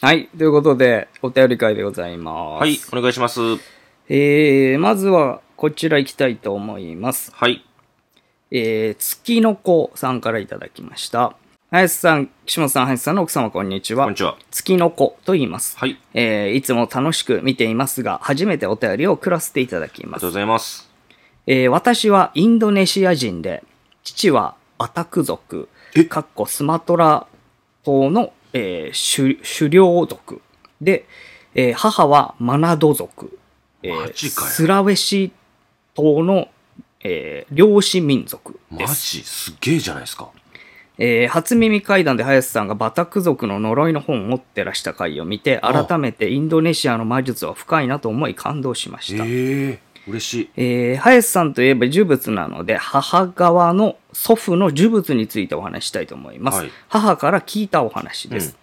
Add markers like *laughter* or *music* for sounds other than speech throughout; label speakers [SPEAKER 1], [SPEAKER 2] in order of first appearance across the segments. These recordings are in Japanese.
[SPEAKER 1] はい。ということで、お便り会でございます。
[SPEAKER 2] はい、お願いします。
[SPEAKER 1] えー、まずは、こちら行きたいと思います。
[SPEAKER 2] はい。
[SPEAKER 1] えー、月の子さんからいただきました。林さん、岸本さん、林さんの奥様、こんにちは。
[SPEAKER 2] こんにちは。
[SPEAKER 1] 月の子と言います。
[SPEAKER 2] はい。あり
[SPEAKER 1] えー、いつも楽しく見ていますが、初めてお便りを送らせていただきま
[SPEAKER 2] が
[SPEAKER 1] す
[SPEAKER 2] とうご。ざいます。
[SPEAKER 1] えー私はインドネシア人で、父はアタク族
[SPEAKER 2] え、
[SPEAKER 1] かっこスマトラ島の、えー狩狩猟族で、えー母はマナド族、えー
[SPEAKER 2] マジかよ
[SPEAKER 1] スラウェシ島の、えー漁師民族
[SPEAKER 2] マ
[SPEAKER 1] で
[SPEAKER 2] ジ
[SPEAKER 1] す。
[SPEAKER 2] すげえじゃないですか。
[SPEAKER 1] えー初耳会談で林さんがバタク族の呪いの本を持ってらした回を見て、
[SPEAKER 2] ああ
[SPEAKER 1] 改めてインドネシアの魔術は深いなと思い感動しました。
[SPEAKER 2] ええ嬉しい。
[SPEAKER 1] えー、林さんといえば呪物なので、母側の祖父の呪物についてお話ししたいと思います。
[SPEAKER 2] はい
[SPEAKER 1] 母から聞いたお話です。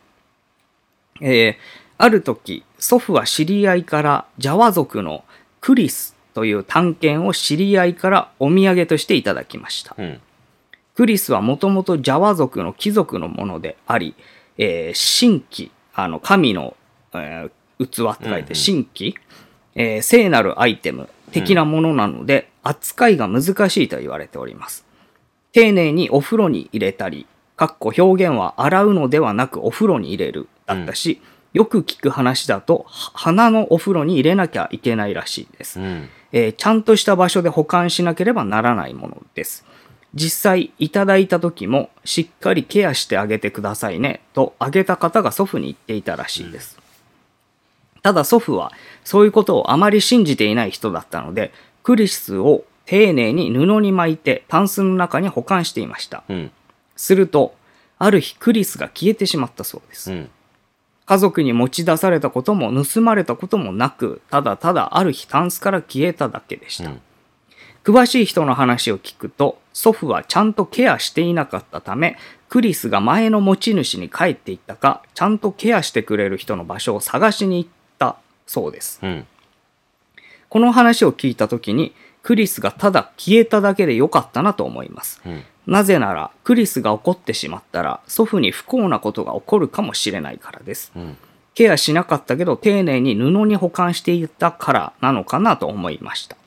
[SPEAKER 1] えーある時、祖父は知り合いから、ジャワ族のクリスという探検を知り合いからお土産としていただきました。
[SPEAKER 2] うん。
[SPEAKER 1] クリスはもともとジャワ族の貴族のものであり、えー神器、あの、神の、えー器って書いて、神器、えー聖なるアイテム的なものなので、扱いが難しいと言われております。丁寧にお風呂に入れたり、かっこ表現は洗うのではなくお風呂に入れるだったし、よく聞く話だと、は花のお風呂に入れなきゃいけないらしいです。
[SPEAKER 2] うん。
[SPEAKER 1] えーちゃんとした場所で保管しなければならないものです。実際いただいた時もしっかりケアしてあげてくださいねとあげた方が祖父に言っていたらしいです。ただ祖父はそういうことをあまり信じていない人だったのでクリスを丁寧に布に巻いてタンスの中に保管していました。
[SPEAKER 2] うん。
[SPEAKER 1] するとある日クリスが消えてしまったそうです
[SPEAKER 2] う。ん。
[SPEAKER 1] 家族に持ち出されたことも盗まれたこともなくただただある日タンスから消えただけでした、
[SPEAKER 2] うん
[SPEAKER 1] 詳しい人の話を聞くと祖父はちゃんとケアしていなかったためクリスが前の持ち主に帰っていったかちゃんとケアしてくれる人の場所を探しに行ったそうです
[SPEAKER 2] うん。
[SPEAKER 1] この話を聞いた時にクリスがただ消えただけでよかったなと思います
[SPEAKER 2] うん。
[SPEAKER 1] なぜならクリスが怒ってしまったら祖父に不幸なことが起こるかもしれないからです
[SPEAKER 2] うん。
[SPEAKER 1] ケアしなかったけど丁寧に布に保管していたからなのかなと思いました。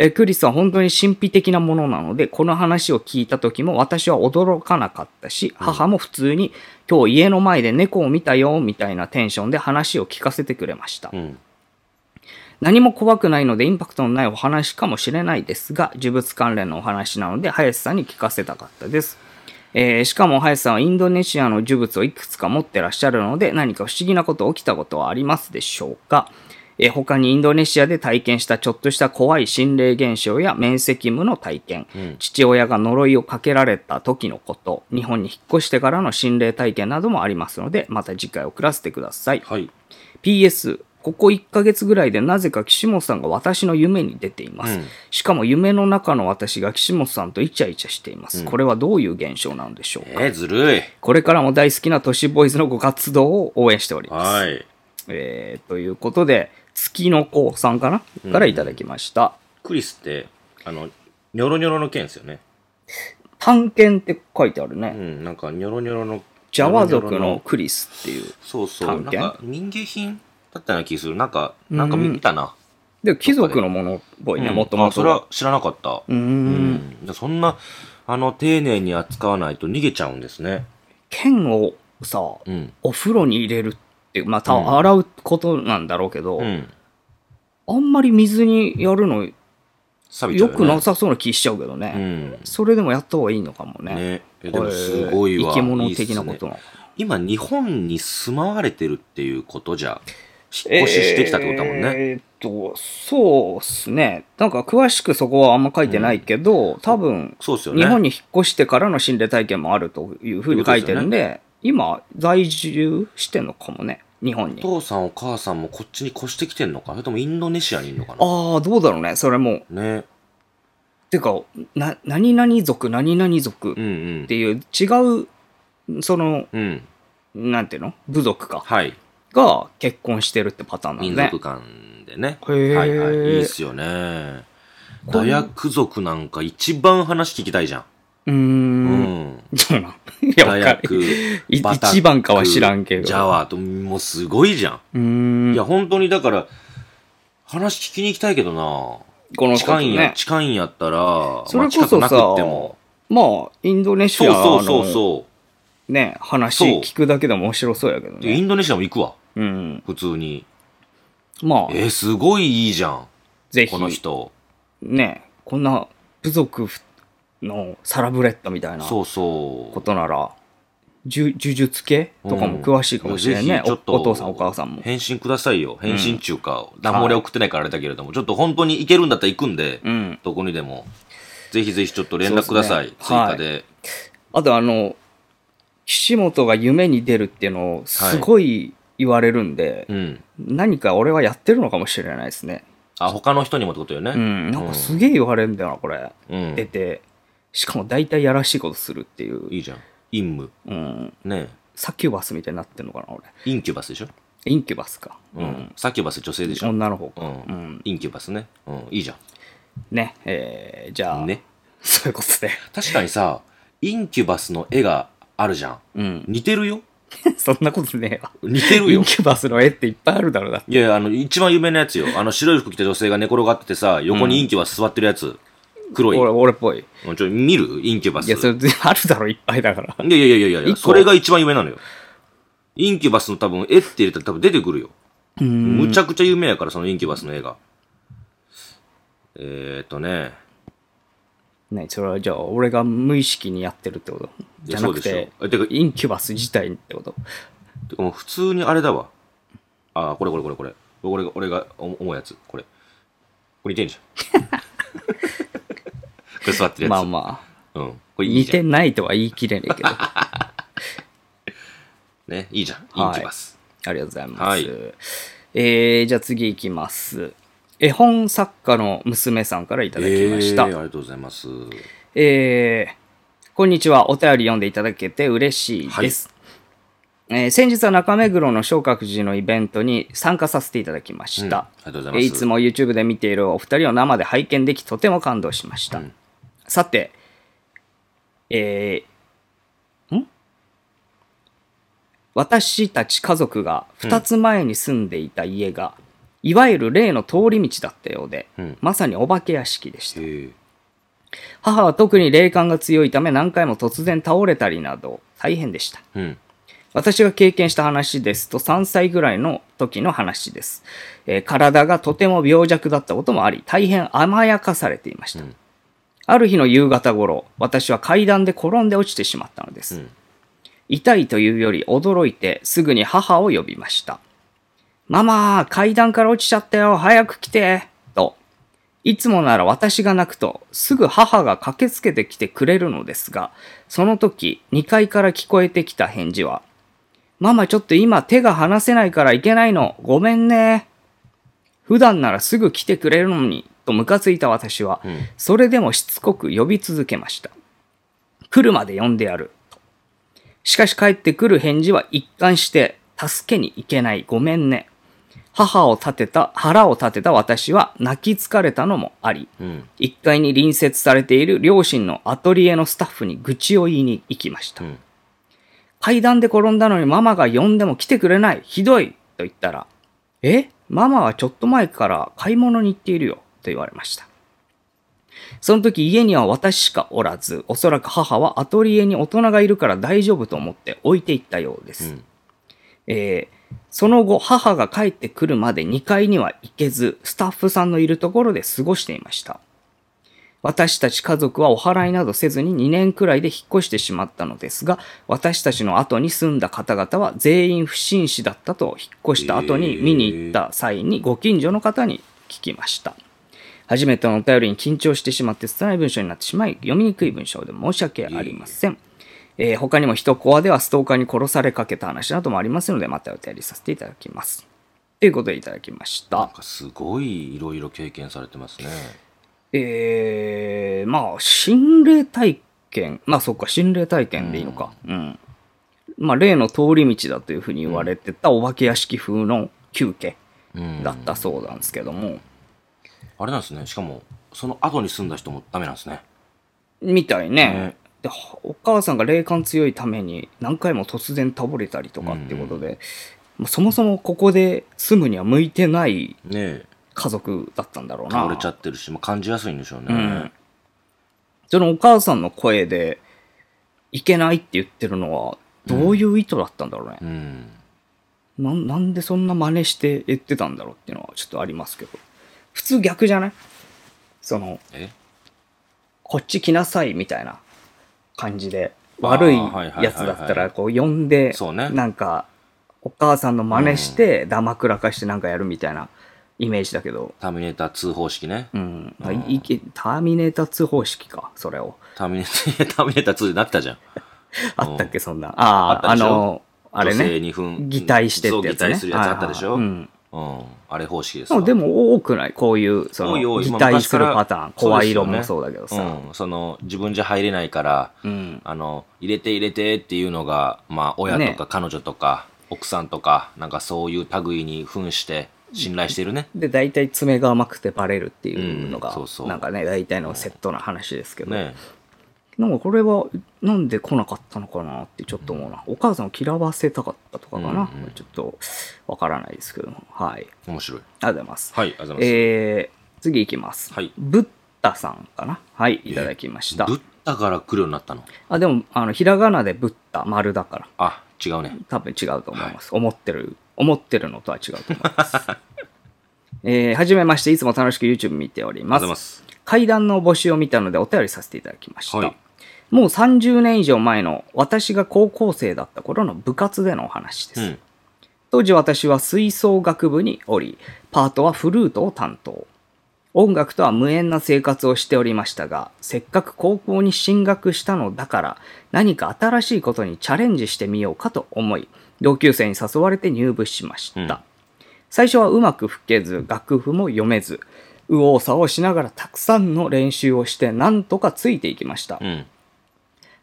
[SPEAKER 1] えークリスは本当に神秘的なものなので、この話を聞いた時も私は驚かなかったし、母も普通に今日家の前で猫を見たよみたいなテンションで話を聞かせてくれました。
[SPEAKER 2] うん。
[SPEAKER 1] 何も怖くないのでインパクトのないお話かもしれないですが、呪物関連のお話なので、林さんに聞かせたかったです。えーしかも林さんはインドネシアの呪物をいくつか持ってらっしゃるので、何か不思議なこと起きたことはありますでしょうか、えー他にインドネシアで体験したちょっとした怖い心霊現象や面積無の体験、父親が呪いをかけられた時のこと、日本に引っ越してからの心霊体験などもありますので、また次回送らせてください。
[SPEAKER 2] はい。
[SPEAKER 1] PS ここ1ヶ月ぐらいでなぜか岸本さんが私の夢に出ています、
[SPEAKER 2] うん
[SPEAKER 1] しかも夢の中の私が岸本さんとイチャイチャしています、これはどういう現象なんでしょうか、
[SPEAKER 2] えー、ずるい。
[SPEAKER 1] これからも大好きな都市ボーイズのご活動を応援しております、
[SPEAKER 2] はい。
[SPEAKER 1] えーということで月の子さんかなからいただきました、
[SPEAKER 2] クリスって、あの、ニョロニョロの件ですよね。
[SPEAKER 1] 探検って書いてあるね、
[SPEAKER 2] うん、なんかニョロニョロの。
[SPEAKER 1] ジャワ族
[SPEAKER 2] ニョロニョロ
[SPEAKER 1] の。クリスっていう
[SPEAKER 2] そうそう。
[SPEAKER 1] 探
[SPEAKER 2] なん
[SPEAKER 1] 検
[SPEAKER 2] か民芸品だったような気する。なんか、なんか見たな。
[SPEAKER 1] で貴族のものっぽいね
[SPEAKER 2] うん
[SPEAKER 1] もとも
[SPEAKER 2] あそ
[SPEAKER 1] と
[SPEAKER 2] れ
[SPEAKER 1] は
[SPEAKER 2] は知らなかった。
[SPEAKER 1] うーん
[SPEAKER 2] うんそんな、あの、丁寧に扱わないと逃げちゃうんですね。
[SPEAKER 1] 剣をさ、
[SPEAKER 2] うん。
[SPEAKER 1] お風呂に入れるってまあ多
[SPEAKER 2] うん
[SPEAKER 1] 分洗うことなんだろうけど、
[SPEAKER 2] うん。
[SPEAKER 1] あんまり水にやるの
[SPEAKER 2] 錆びち
[SPEAKER 1] よ
[SPEAKER 2] ゃうよ、
[SPEAKER 1] く
[SPEAKER 2] ね。
[SPEAKER 1] なさそうな気しちゃうけどね、
[SPEAKER 2] うん。
[SPEAKER 1] それでもやった方がいいのかもね
[SPEAKER 2] ね。えでもすごいわ。
[SPEAKER 1] これ生き物的ない
[SPEAKER 2] い
[SPEAKER 1] こ
[SPEAKER 2] っす
[SPEAKER 1] と
[SPEAKER 2] ね
[SPEAKER 1] な
[SPEAKER 2] 今、日本に住まわれてるっていうことじゃ、引っ越ししてきたってことだもんね。
[SPEAKER 1] えーっとそうっすねなんか詳しくそこはあんま書いてないけど、多分
[SPEAKER 2] そうですよね。
[SPEAKER 1] 日本に引っ越してからの心霊体験もあるというふうに書いてるんで今在住してんのかもね日本
[SPEAKER 2] お
[SPEAKER 1] に
[SPEAKER 2] 父さんお母さんもこっちに越してきてんのかそれともインドネシアにいんのかな
[SPEAKER 1] ああどうだろうねそれも
[SPEAKER 2] ね。
[SPEAKER 1] てかな何々族何々族
[SPEAKER 2] うんうん
[SPEAKER 1] って。いう違うその
[SPEAKER 2] うん。
[SPEAKER 1] なんていうの部族か
[SPEAKER 2] はい。
[SPEAKER 1] が結婚してるってパターンなん
[SPEAKER 2] 民
[SPEAKER 1] だね
[SPEAKER 2] 族間でね。
[SPEAKER 1] へー
[SPEAKER 2] はいはい。いいっすよね。大学族なんか一番話聞きたいじゃん。
[SPEAKER 1] うー。
[SPEAKER 2] うんん。
[SPEAKER 1] そうなん。いや、わ
[SPEAKER 2] 大
[SPEAKER 1] かる。
[SPEAKER 2] 学
[SPEAKER 1] い
[SPEAKER 2] バタック
[SPEAKER 1] 一番かは知らんけど
[SPEAKER 2] ジャワと、もうすごいじゃん。
[SPEAKER 1] うーん。
[SPEAKER 2] いや、本当にだから、話聞きに行きたいけどな。
[SPEAKER 1] この子
[SPEAKER 2] 近いんや、
[SPEAKER 1] ね。
[SPEAKER 2] 近いんやったら、
[SPEAKER 1] それこ
[SPEAKER 2] まあ近く
[SPEAKER 1] そ
[SPEAKER 2] な
[SPEAKER 1] さ
[SPEAKER 2] くっても。、
[SPEAKER 1] まあ、インドネシ
[SPEAKER 2] そ
[SPEAKER 1] ア
[SPEAKER 2] うそうそう
[SPEAKER 1] の
[SPEAKER 2] そ
[SPEAKER 1] ね、話
[SPEAKER 2] そう
[SPEAKER 1] 聞くだけでも面白そうやけど
[SPEAKER 2] う。でイ
[SPEAKER 1] ね。
[SPEAKER 2] ンドネシアも行くわ、
[SPEAKER 1] うん。
[SPEAKER 2] 普通に。
[SPEAKER 1] まあ、
[SPEAKER 2] えー、すごいいいじゃん、
[SPEAKER 1] ぜ
[SPEAKER 2] この
[SPEAKER 1] ひ、
[SPEAKER 2] 人。
[SPEAKER 1] ね、こんな部族のサラブレッドみたいな
[SPEAKER 2] そ
[SPEAKER 1] こ
[SPEAKER 2] うそう。
[SPEAKER 1] となら、呪呪術系とかも詳しいかもしれん
[SPEAKER 2] ぜ
[SPEAKER 1] ね
[SPEAKER 2] ひちょっ。と
[SPEAKER 1] おお父さんお母さんも。
[SPEAKER 2] 返信くださいよ。返信中か。何も俺は送ってないからあれだけれども、ちょっと本当に行けるんだったら行くんで、
[SPEAKER 1] うん。
[SPEAKER 2] どこにでも。ぜひぜひちょっと連絡ください。
[SPEAKER 1] そうですね
[SPEAKER 2] 追加で。
[SPEAKER 1] あとあの、岸本が夢に出るっていうのをすごい言われるんで、
[SPEAKER 2] うん。
[SPEAKER 1] 何か俺はやってるのかもしれないですね。
[SPEAKER 2] あ、他の人にもってことよね。
[SPEAKER 1] うん。なんかすげえ言われるんだよな、これ。
[SPEAKER 2] うん
[SPEAKER 1] 出て。しかも大体やらしいことするっていう。
[SPEAKER 2] いいじゃん。陰夢。
[SPEAKER 1] うん。
[SPEAKER 2] ね
[SPEAKER 1] サキュバスみたいになってんのかな、俺。
[SPEAKER 2] えインキュバスでしょ
[SPEAKER 1] インキュバスか。
[SPEAKER 2] う。ん。サキュバス女性でしょ
[SPEAKER 1] 女の方
[SPEAKER 2] う
[SPEAKER 1] か。
[SPEAKER 2] ん。
[SPEAKER 1] うん。
[SPEAKER 2] インキュバスね。うん。いいじゃ
[SPEAKER 1] ね。えー、じゃあ、
[SPEAKER 2] ん。ね。
[SPEAKER 1] そういうことで。
[SPEAKER 2] 確かにさ、インキュバスの絵があるじゃん。
[SPEAKER 1] うん。
[SPEAKER 2] 似てるよ。
[SPEAKER 1] そん *laughs* なことねえわ。
[SPEAKER 2] 似てる
[SPEAKER 1] イン
[SPEAKER 2] よ。
[SPEAKER 1] キュバスの絵っていっぱいあるだろうな。
[SPEAKER 2] いやいや、あの、一番有名なやつよ。あの、白い服着た女性が寝転がっててさ、横にインキュバス座ってるやつ。黒い。
[SPEAKER 1] 俺、
[SPEAKER 2] うん
[SPEAKER 1] 俺っぽい。
[SPEAKER 2] ちょっと見るインキュバス。
[SPEAKER 1] いや、それ、あるだろう、いっぱいだから。
[SPEAKER 2] いやいやいやいやい
[SPEAKER 1] 一
[SPEAKER 2] や、
[SPEAKER 1] 個
[SPEAKER 2] それが一番有名なのよ。インキュバスの多分、絵って入れたら多分出てくるよ。
[SPEAKER 1] うん。
[SPEAKER 2] むちゃくちゃ有名やから、そのインキュバスの絵が。えーっとね、
[SPEAKER 1] ね、それはじゃあ、俺が無意識にやってるってこと
[SPEAKER 2] い
[SPEAKER 1] じ
[SPEAKER 2] や
[SPEAKER 1] ゃな
[SPEAKER 2] そう
[SPEAKER 1] く
[SPEAKER 2] でしょ
[SPEAKER 1] て、
[SPEAKER 2] えてか
[SPEAKER 1] インキュバス自体ってこと
[SPEAKER 2] てかもう普通にあれだわ。あー、これこれこれこれ。俺が、俺が思思うやつ。これ。これ似てんじ
[SPEAKER 1] *laughs*
[SPEAKER 2] ゃん。これ座ってるやつ。
[SPEAKER 1] まあまあ、
[SPEAKER 2] うん。これいい
[SPEAKER 1] 似
[SPEAKER 2] じゃ
[SPEAKER 1] て
[SPEAKER 2] ん。
[SPEAKER 1] ないとは言い切れねえ
[SPEAKER 2] *laughs*
[SPEAKER 1] けど。あ
[SPEAKER 2] ね、いいじゃん。イ
[SPEAKER 1] はい
[SPEAKER 2] ンキュバス。
[SPEAKER 1] りがとうございます。
[SPEAKER 2] はい
[SPEAKER 1] えー、じゃあ次いきます。絵本作家の娘さんからいただきました。
[SPEAKER 2] えーありがとうございます。
[SPEAKER 1] えーこんにちは。お便り読んでいただけて嬉しいです。えー先日は中目黒の昇格寺のイベントに参加させていただきまし
[SPEAKER 2] うんあ
[SPEAKER 1] た。
[SPEAKER 2] りがとうござ
[SPEAKER 1] え
[SPEAKER 2] いま
[SPEAKER 1] ー
[SPEAKER 2] す。
[SPEAKER 1] いつ。も YouTube で見ているお二人を生で拝見できとても感動しました、
[SPEAKER 2] うん
[SPEAKER 1] さてえーん私たち家族が2つ前に住んでいた家が、いわゆる例の通り道だったようで、
[SPEAKER 2] うん
[SPEAKER 1] まさにお化け屋敷でした
[SPEAKER 2] えー
[SPEAKER 1] 母は特に霊感が強いため何回も突然倒れたりなど大変でした
[SPEAKER 2] うん。
[SPEAKER 1] 私が経験した話ですと3歳ぐらいの時の話です、えー体がとても病弱だったこともあり大変甘やかされていました、
[SPEAKER 2] うん
[SPEAKER 1] ある日の夕方頃私は階段で転んで落ちてしまったのです、
[SPEAKER 2] うん
[SPEAKER 1] 痛いというより驚いてすぐに母を呼びましたママ階段から落ちちゃったよ早く来てといつもなら私が泣くとすぐ母が駆けつけてきてくれるのですがその時2階から聞こえてきた返事はママちょっと今手が離せないからいけないの。ごめんね。普段ならすぐ来てくれるのに、とムカついた私は、
[SPEAKER 2] うん
[SPEAKER 1] それでもしつこく呼び続けました。来るまで呼んでやる。としかし帰ってくる返事は一貫して、助けに行けない。ごめんね。母を立てた、腹を立てた私は泣き疲れたのもあり、
[SPEAKER 2] うん。
[SPEAKER 1] 1階に隣接されている両親のアトリエのスタッフに愚痴を言いに行きました
[SPEAKER 2] う。ん。
[SPEAKER 1] 階段で転んだのにママが呼んでも来てくれない。ひどい。と言ったら、えママはちょっと前から買い物に行っているよ。と言われました。その時家には私しかおらず、おそらく母はアトリエに大人がいるから大丈夫と思って置いていったようで
[SPEAKER 2] う
[SPEAKER 1] す。
[SPEAKER 2] ん。
[SPEAKER 1] えーその後、母が帰ってくるまで2階には行けず、スタッフさんのいるところで過ごしていました。私たち家族はお祓いなどせずに2年くらいで引っ越してしまったのですが、私たちの後に住んだ方々は全員不審死だったと引っ越した後に見に行った際にご近所の方に聞きました。初めてのお便りに緊張してしまって拙い文章になってしまい、読みにくい文章で申し訳ありません。えー他にも人コアではストーカーに殺されかけた話などもありますので、またお便りさせていただきます。ということでいただきました
[SPEAKER 2] なん。かすごいいろいろ経験されてますね。
[SPEAKER 1] えー、まあ、心霊体験。まあ、そっか、心霊体験でいいのか。うん。まあ、例の通り道だというふうに言われてたお化け屋敷風の休憩
[SPEAKER 2] うん。
[SPEAKER 1] だったそうなんですけども、
[SPEAKER 2] あれなんですね。しかも、その後に住んだ人もダメなんですね。
[SPEAKER 1] みたいね。
[SPEAKER 2] ね
[SPEAKER 1] でほお母さんが霊感強いために何回も突然倒れたりとかっていうことで、もうそもそもここで住むには向いてない
[SPEAKER 2] ねえ
[SPEAKER 1] 家族だったんだろうな
[SPEAKER 2] 倒れちゃってるし、まあ、感じやすいんでしょうね、
[SPEAKER 1] うんそのお母さんの声でいけないって言ってるのはどういう意図だったんだろうね、
[SPEAKER 2] うん
[SPEAKER 1] なんなんでそんな真似して言ってたんだろうっていうのはちょっとありますけど普通逆じゃないその
[SPEAKER 2] え
[SPEAKER 1] こっち来なさいみたいな感じで、悪い
[SPEAKER 2] あーはいはいはいはい
[SPEAKER 1] やつだったら、こう呼んで、
[SPEAKER 2] そうね
[SPEAKER 1] なんか、お母さんの真似して、だまくらかしてなんかやるみたいなイメージだけど、
[SPEAKER 2] ターミネーター2方式ね、
[SPEAKER 1] うん。
[SPEAKER 2] うん
[SPEAKER 1] いいけターミネーター2方式か、それを。
[SPEAKER 2] ターミネーター *laughs* ターミネーター2でなったじゃん
[SPEAKER 1] あったっけ、そんな。ああ、
[SPEAKER 2] あった
[SPEAKER 1] あ
[SPEAKER 2] でしょ
[SPEAKER 1] の、あれ
[SPEAKER 2] 女性
[SPEAKER 1] ね。
[SPEAKER 2] 2分
[SPEAKER 1] 擬態してってやつ
[SPEAKER 2] そう擬
[SPEAKER 1] ね。
[SPEAKER 2] 態するやつあったでしょ、
[SPEAKER 1] はいはいはいうん
[SPEAKER 2] うん、あれ方式です
[SPEAKER 1] で
[SPEAKER 2] わ
[SPEAKER 1] もでも多くないこういう、そ
[SPEAKER 2] 多い
[SPEAKER 1] の、
[SPEAKER 2] 多い
[SPEAKER 1] 擬
[SPEAKER 2] まあ
[SPEAKER 1] 態
[SPEAKER 2] 昔
[SPEAKER 1] す
[SPEAKER 2] か
[SPEAKER 1] る
[SPEAKER 2] ら
[SPEAKER 1] パターン。
[SPEAKER 2] そう
[SPEAKER 1] 声
[SPEAKER 2] ですよ
[SPEAKER 1] 色
[SPEAKER 2] ね
[SPEAKER 1] もそうだけどさ。
[SPEAKER 2] うん、その自分じゃ入れないから、
[SPEAKER 1] うん。
[SPEAKER 2] あの入れて入れてっていうのが、まあ、親と
[SPEAKER 1] ね
[SPEAKER 2] か彼女とか、奥さんとかなんかそういう類に扮して信頼してるね、
[SPEAKER 1] で、大体爪が甘くてバレるっていうの
[SPEAKER 2] う
[SPEAKER 1] が
[SPEAKER 2] んそうそ、う
[SPEAKER 1] なんかね、大体のセットな話ですけど。
[SPEAKER 2] ね
[SPEAKER 1] なんかこれは、なんで来なかったのかなってちょっと思うな。お母さんを嫌わせたかったとかかな。
[SPEAKER 2] うんうん
[SPEAKER 1] ちょっとわからないですけども。はい。
[SPEAKER 2] 面白い
[SPEAKER 1] ありがとうございます。
[SPEAKER 2] はいありがとうございます、
[SPEAKER 1] えー、次いきます。
[SPEAKER 2] はい
[SPEAKER 1] ブッダさんかな。はい、いただきました
[SPEAKER 2] ブ。ッダから来るようになったの
[SPEAKER 1] あ、でも、あの、ひらがなでブッダ、丸だから。
[SPEAKER 2] あ違うね
[SPEAKER 1] 多分違うと思います。思ってる、思ってるのとは違うと思い
[SPEAKER 2] *laughs*
[SPEAKER 1] ます。えー、はじめまして、いつも楽しく YouTube 見ており
[SPEAKER 2] あ
[SPEAKER 1] ま
[SPEAKER 2] りがと
[SPEAKER 1] す
[SPEAKER 2] うございま。す
[SPEAKER 1] 階段の募集を見たのでお便りさせていただきました、
[SPEAKER 2] はい
[SPEAKER 1] もう30年以上前の私が高校生だった頃の部活でのお話です、
[SPEAKER 2] うん
[SPEAKER 1] 当時私は吹奏楽部におりパートはフルートを担当音楽とは無縁な生活をしておりましたがせっかく高校に進学したのだから何か新しいことにチャレンジしてみようかと思い同級生に誘われて入部しました、
[SPEAKER 2] うん
[SPEAKER 1] 最初はうまく吹けず楽譜も読めず右往左往しながらたくさんの練習をしてなんとかついていきました、
[SPEAKER 2] うん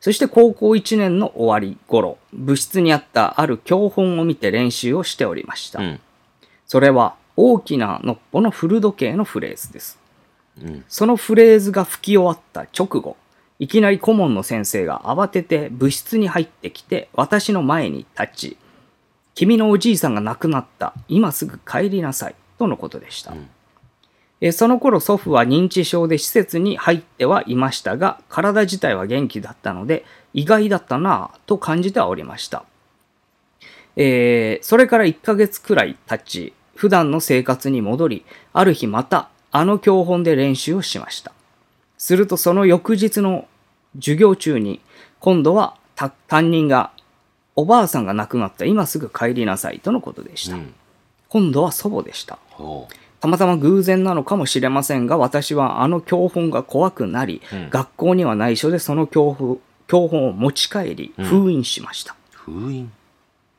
[SPEAKER 1] そして高校1年の終わり頃部室にあったある教本を見て練習をしておりました、
[SPEAKER 2] うん
[SPEAKER 1] それは大きなのっぽの古時計のフレーズです
[SPEAKER 2] うん
[SPEAKER 1] そのフレーズが吹き終わった直後いきなり顧問の先生が慌てて部室に入ってきて私の前に立ち「君のおじいさんが亡くなった今すぐ帰りなさい」とのことでした、
[SPEAKER 2] うん
[SPEAKER 1] えーその頃祖父は認知症で施設に入ってはいましたが体自体は元気だったので意外だったなぁと感じてはおりました、えーそれから1ヶ月くらい経ち普段の生活に戻りある日またあの教本で練習をしましたするとその翌日の授業中に今度はた担任がおばあさんが亡くなった今すぐ帰りなさいとのことでし
[SPEAKER 2] う
[SPEAKER 1] た、
[SPEAKER 2] ん
[SPEAKER 1] 今度は祖母でした
[SPEAKER 2] ほ
[SPEAKER 1] たまたま偶然なのかもしれませんが私はあの教本が怖くなり、
[SPEAKER 2] うん
[SPEAKER 1] 学校には内緒でその教本教本を持ち帰り
[SPEAKER 2] うん
[SPEAKER 1] 封印しました、
[SPEAKER 2] う封印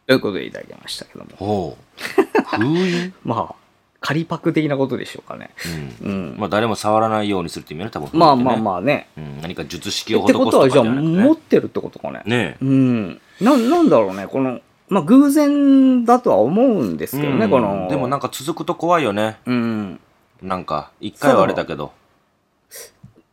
[SPEAKER 1] ということでいただきましたけども
[SPEAKER 2] ほう封印
[SPEAKER 1] まあ仮パク的なことでしょうかね
[SPEAKER 2] うん
[SPEAKER 1] うん
[SPEAKER 2] まあ誰も触らないようにするって意味ね多分封印
[SPEAKER 1] まあ
[SPEAKER 2] ってね
[SPEAKER 1] まあまあね
[SPEAKER 2] うん、何か術式
[SPEAKER 1] え
[SPEAKER 2] を
[SPEAKER 1] っ
[SPEAKER 2] 施
[SPEAKER 1] て
[SPEAKER 2] すと
[SPEAKER 1] ことは
[SPEAKER 2] か
[SPEAKER 1] じ
[SPEAKER 2] じ
[SPEAKER 1] ゃあ
[SPEAKER 2] ゃなくてね
[SPEAKER 1] 持ってるってことかね
[SPEAKER 2] ね
[SPEAKER 1] う
[SPEAKER 2] え
[SPEAKER 1] んななんだろうねこのまあ偶然だとは思うんですけどね、
[SPEAKER 2] うん
[SPEAKER 1] この
[SPEAKER 2] でもなんか続くと怖いよね
[SPEAKER 1] うん
[SPEAKER 2] なんか一回はあれだけど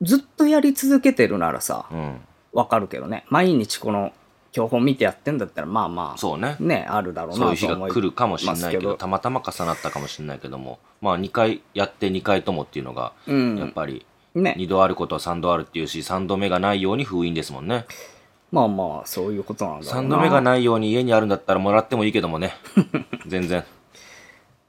[SPEAKER 1] ずっとやり続けてるならさ
[SPEAKER 2] うん
[SPEAKER 1] わかるけどね毎日この教本見てやってんだったらまあまあ
[SPEAKER 2] そうね
[SPEAKER 1] ね、あるだろう
[SPEAKER 2] そうい
[SPEAKER 1] な
[SPEAKER 2] う日
[SPEAKER 1] と
[SPEAKER 2] が
[SPEAKER 1] 思い
[SPEAKER 2] 来るかもしれないけ
[SPEAKER 1] ますけど
[SPEAKER 2] どたまたま重なったかもしれないけどもまあ2回やって2回ともっていうのが
[SPEAKER 1] う
[SPEAKER 2] やっ
[SPEAKER 1] ん。
[SPEAKER 2] ぱり
[SPEAKER 1] ね。
[SPEAKER 2] 2度あることは3度あるっていうし3度目がないように封印ですもんね
[SPEAKER 1] まあまあ、そういうことなんだろう
[SPEAKER 2] 3度目が
[SPEAKER 1] い
[SPEAKER 2] ないように家にあるんだったらもらってもいいけど
[SPEAKER 1] *laughs*
[SPEAKER 2] もね全然